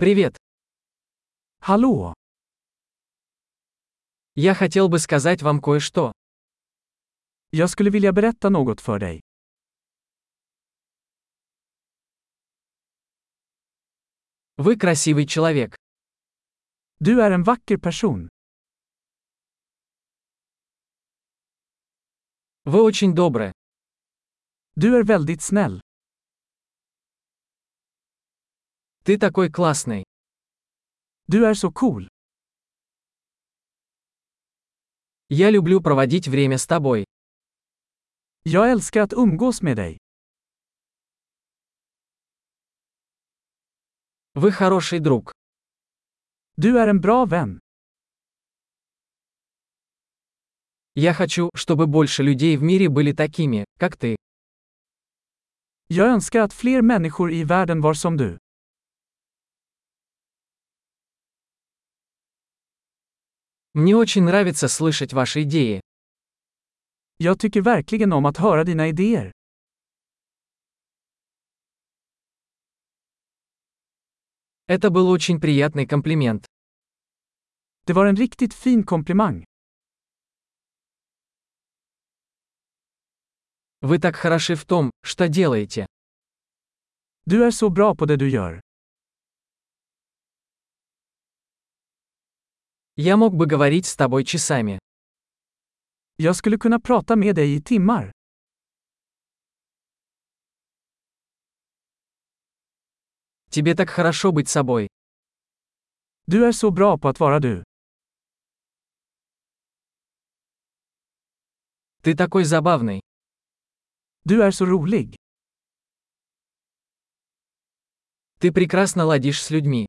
Привет. Hallå! Я хотел бы сказать вам кое-что. Jag skulle vilja berätta något för dig. Вы красивый человек. Du är en vacker person. Вы очень добры. Du är väldigt snäll. Ты такой классный. Du är så cool. Я люблю проводить время с тобой. Jag älskar att umgås med dig. Вы хороший друг. Du är en bra vän. Я хочу, чтобы больше людей в мире были такими, как ты. Jag önskar att fler människor i världen var som du. Мне очень нравится слышать ваши идеи. Jag tycker verkligen om att höra dina idéer. Это был очень приятный комплимент. Det var en riktigt fin komplimang. Вы так хороши в том, что делаете. Du är så bra på det du gör. Я мог бы говорить с тобой часами. Jag skulle kunna prata med dig i timmar. Тебе так хорошо быть собой. Du är så bra på att vara du. Ты такой забавный. Du är så rolig. Ты прекрасно ладишь с людьми.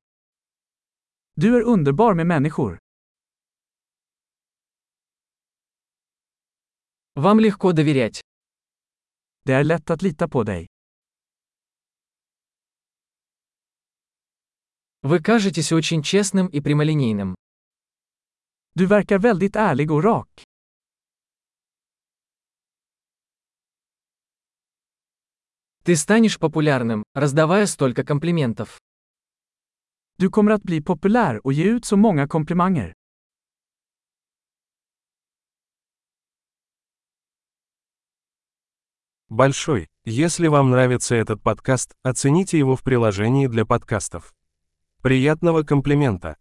Du är underbar med människor. Вам легко доверять. Det är lätt att lita på dig. Вы кажетесь очень честным и прямолинейным. Du verkar väldigt ärlig och rak. Ты станешь популярным, раздавая столько комплиментов. Du kommer att bli populär och ge ut så många komplimanger. Большой, если вам нравится этот подкаст, оцените его в приложении для подкастов. Приятного комплимента!